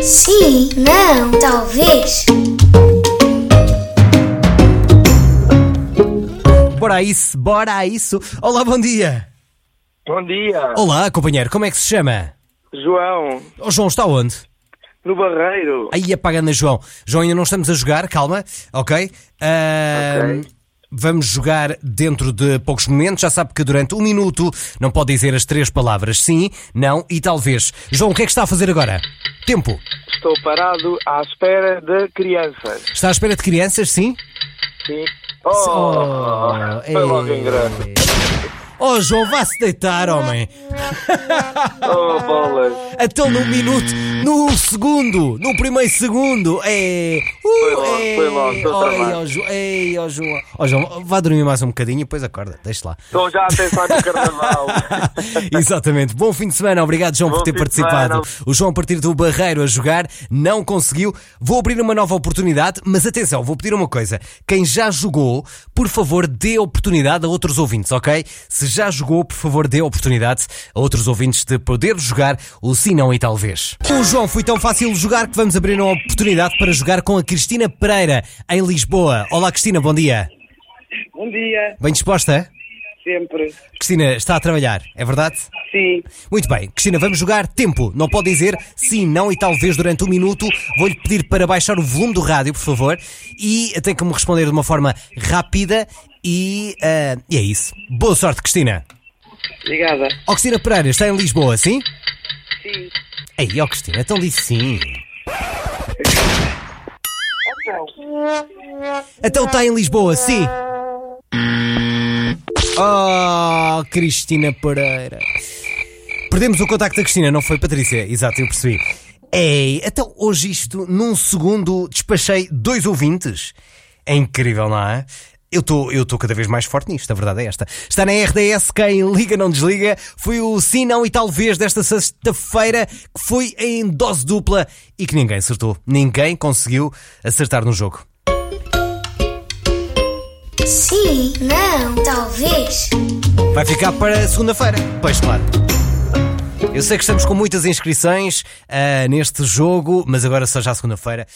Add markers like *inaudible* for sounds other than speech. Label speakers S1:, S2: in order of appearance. S1: Sim, não, talvez.
S2: Bora a isso, bora a isso. Olá, bom dia.
S3: Bom dia,
S2: Olá, companheiro, como é que se chama?
S3: João,
S2: O Oh, João está onde?
S3: no Barreiro.
S2: Aí apagando a João. João, ainda não estamos a jogar, calma, ok? Ahm,
S3: Ok.
S2: Vamos jogar dentro de poucos momentos. Já sabe que durante um minuto não pode dizer as três palavras sim, não e talvez. João, o que é que está a fazer agora? Tempo.
S3: Estou parado à espera de crianças.
S2: Está à espera de crianças, sim?
S3: Sim. Oh,
S2: ei.
S3: foi logo em grande.
S2: Oh, João, vá-se deitar, homem.
S3: Oh, bolas.
S2: Então no minuto, no segundo, no primeiro segundo. É.
S3: Foi logo, foi logo,
S2: ei,
S3: tô
S2: Olha,
S3: travado.
S2: ó, João, ei, ó, João. Ó, João, vá dormir mais um bocadinho e depois acorda, deixa lá.
S3: Estou já a pensar no carnaval.
S2: *laughs* Exatamente. Bom fim de semana. Obrigado, João,
S3: Bom
S2: por ter
S3: fim de
S2: participado.
S3: semana.
S2: O João, a partir do Barreiro a jogar, não conseguiu. Vou abrir uma nova oportunidade, mas atenção, vou pedir uma coisa. Quem já jogou, por favor, dê oportunidade a outros ouvintes, ok? Se já jogou, por favor, dê oportunidade a outros ouvintes de poder jogar o Sim, Não e Talvez. O João foi tão fácil jogar que vamos abrir uma oportunidade para jogar com a Cristina Pereira, em Lisboa. Olá, Cristina, bom dia.
S4: *laughs* Bom dia,
S2: Bem disposta?
S4: sempre.
S2: Cristina, está a trabalhar, é verdade?
S4: Sim,
S2: Muito bem, Cristina, vamos jogar tempo. Não pode dizer sim, não e talvez durante um minuto. Vou-lhe pedir para baixar o volume do rádio, por favor. E tem que me responder de uma forma rápida. E, ah, e é isso. Boa sorte, Cristina.
S4: obrigada.
S2: Ó, Cristina Pereira, está em Lisboa, sim?
S4: Sim.
S2: Ei, ó, Cristina, então disse sim. Então está em Lisboa, sim. Oh, Cristina Pereira. Perdemos o contacto da Cristina, não foi, Patrícia? Exato, eu percebi. Ei, então hoje isto, num segundo, despachei dois ouvintes. É incrível, não é? Eu estou eu tô cada vez mais forte nisto, a verdade é esta. Está na RDS, quem liga não desliga. Foi o sim, não e talvez desta sexta-feira que foi em dose dupla e que ninguém acertou. Ninguém conseguiu acertar no jogo.
S1: Sim, não, talvez.
S2: Vai ficar para segunda-feira. Pois claro. Eu sei que estamos com muitas inscrições ah, neste jogo, mas agora só já segunda-feira.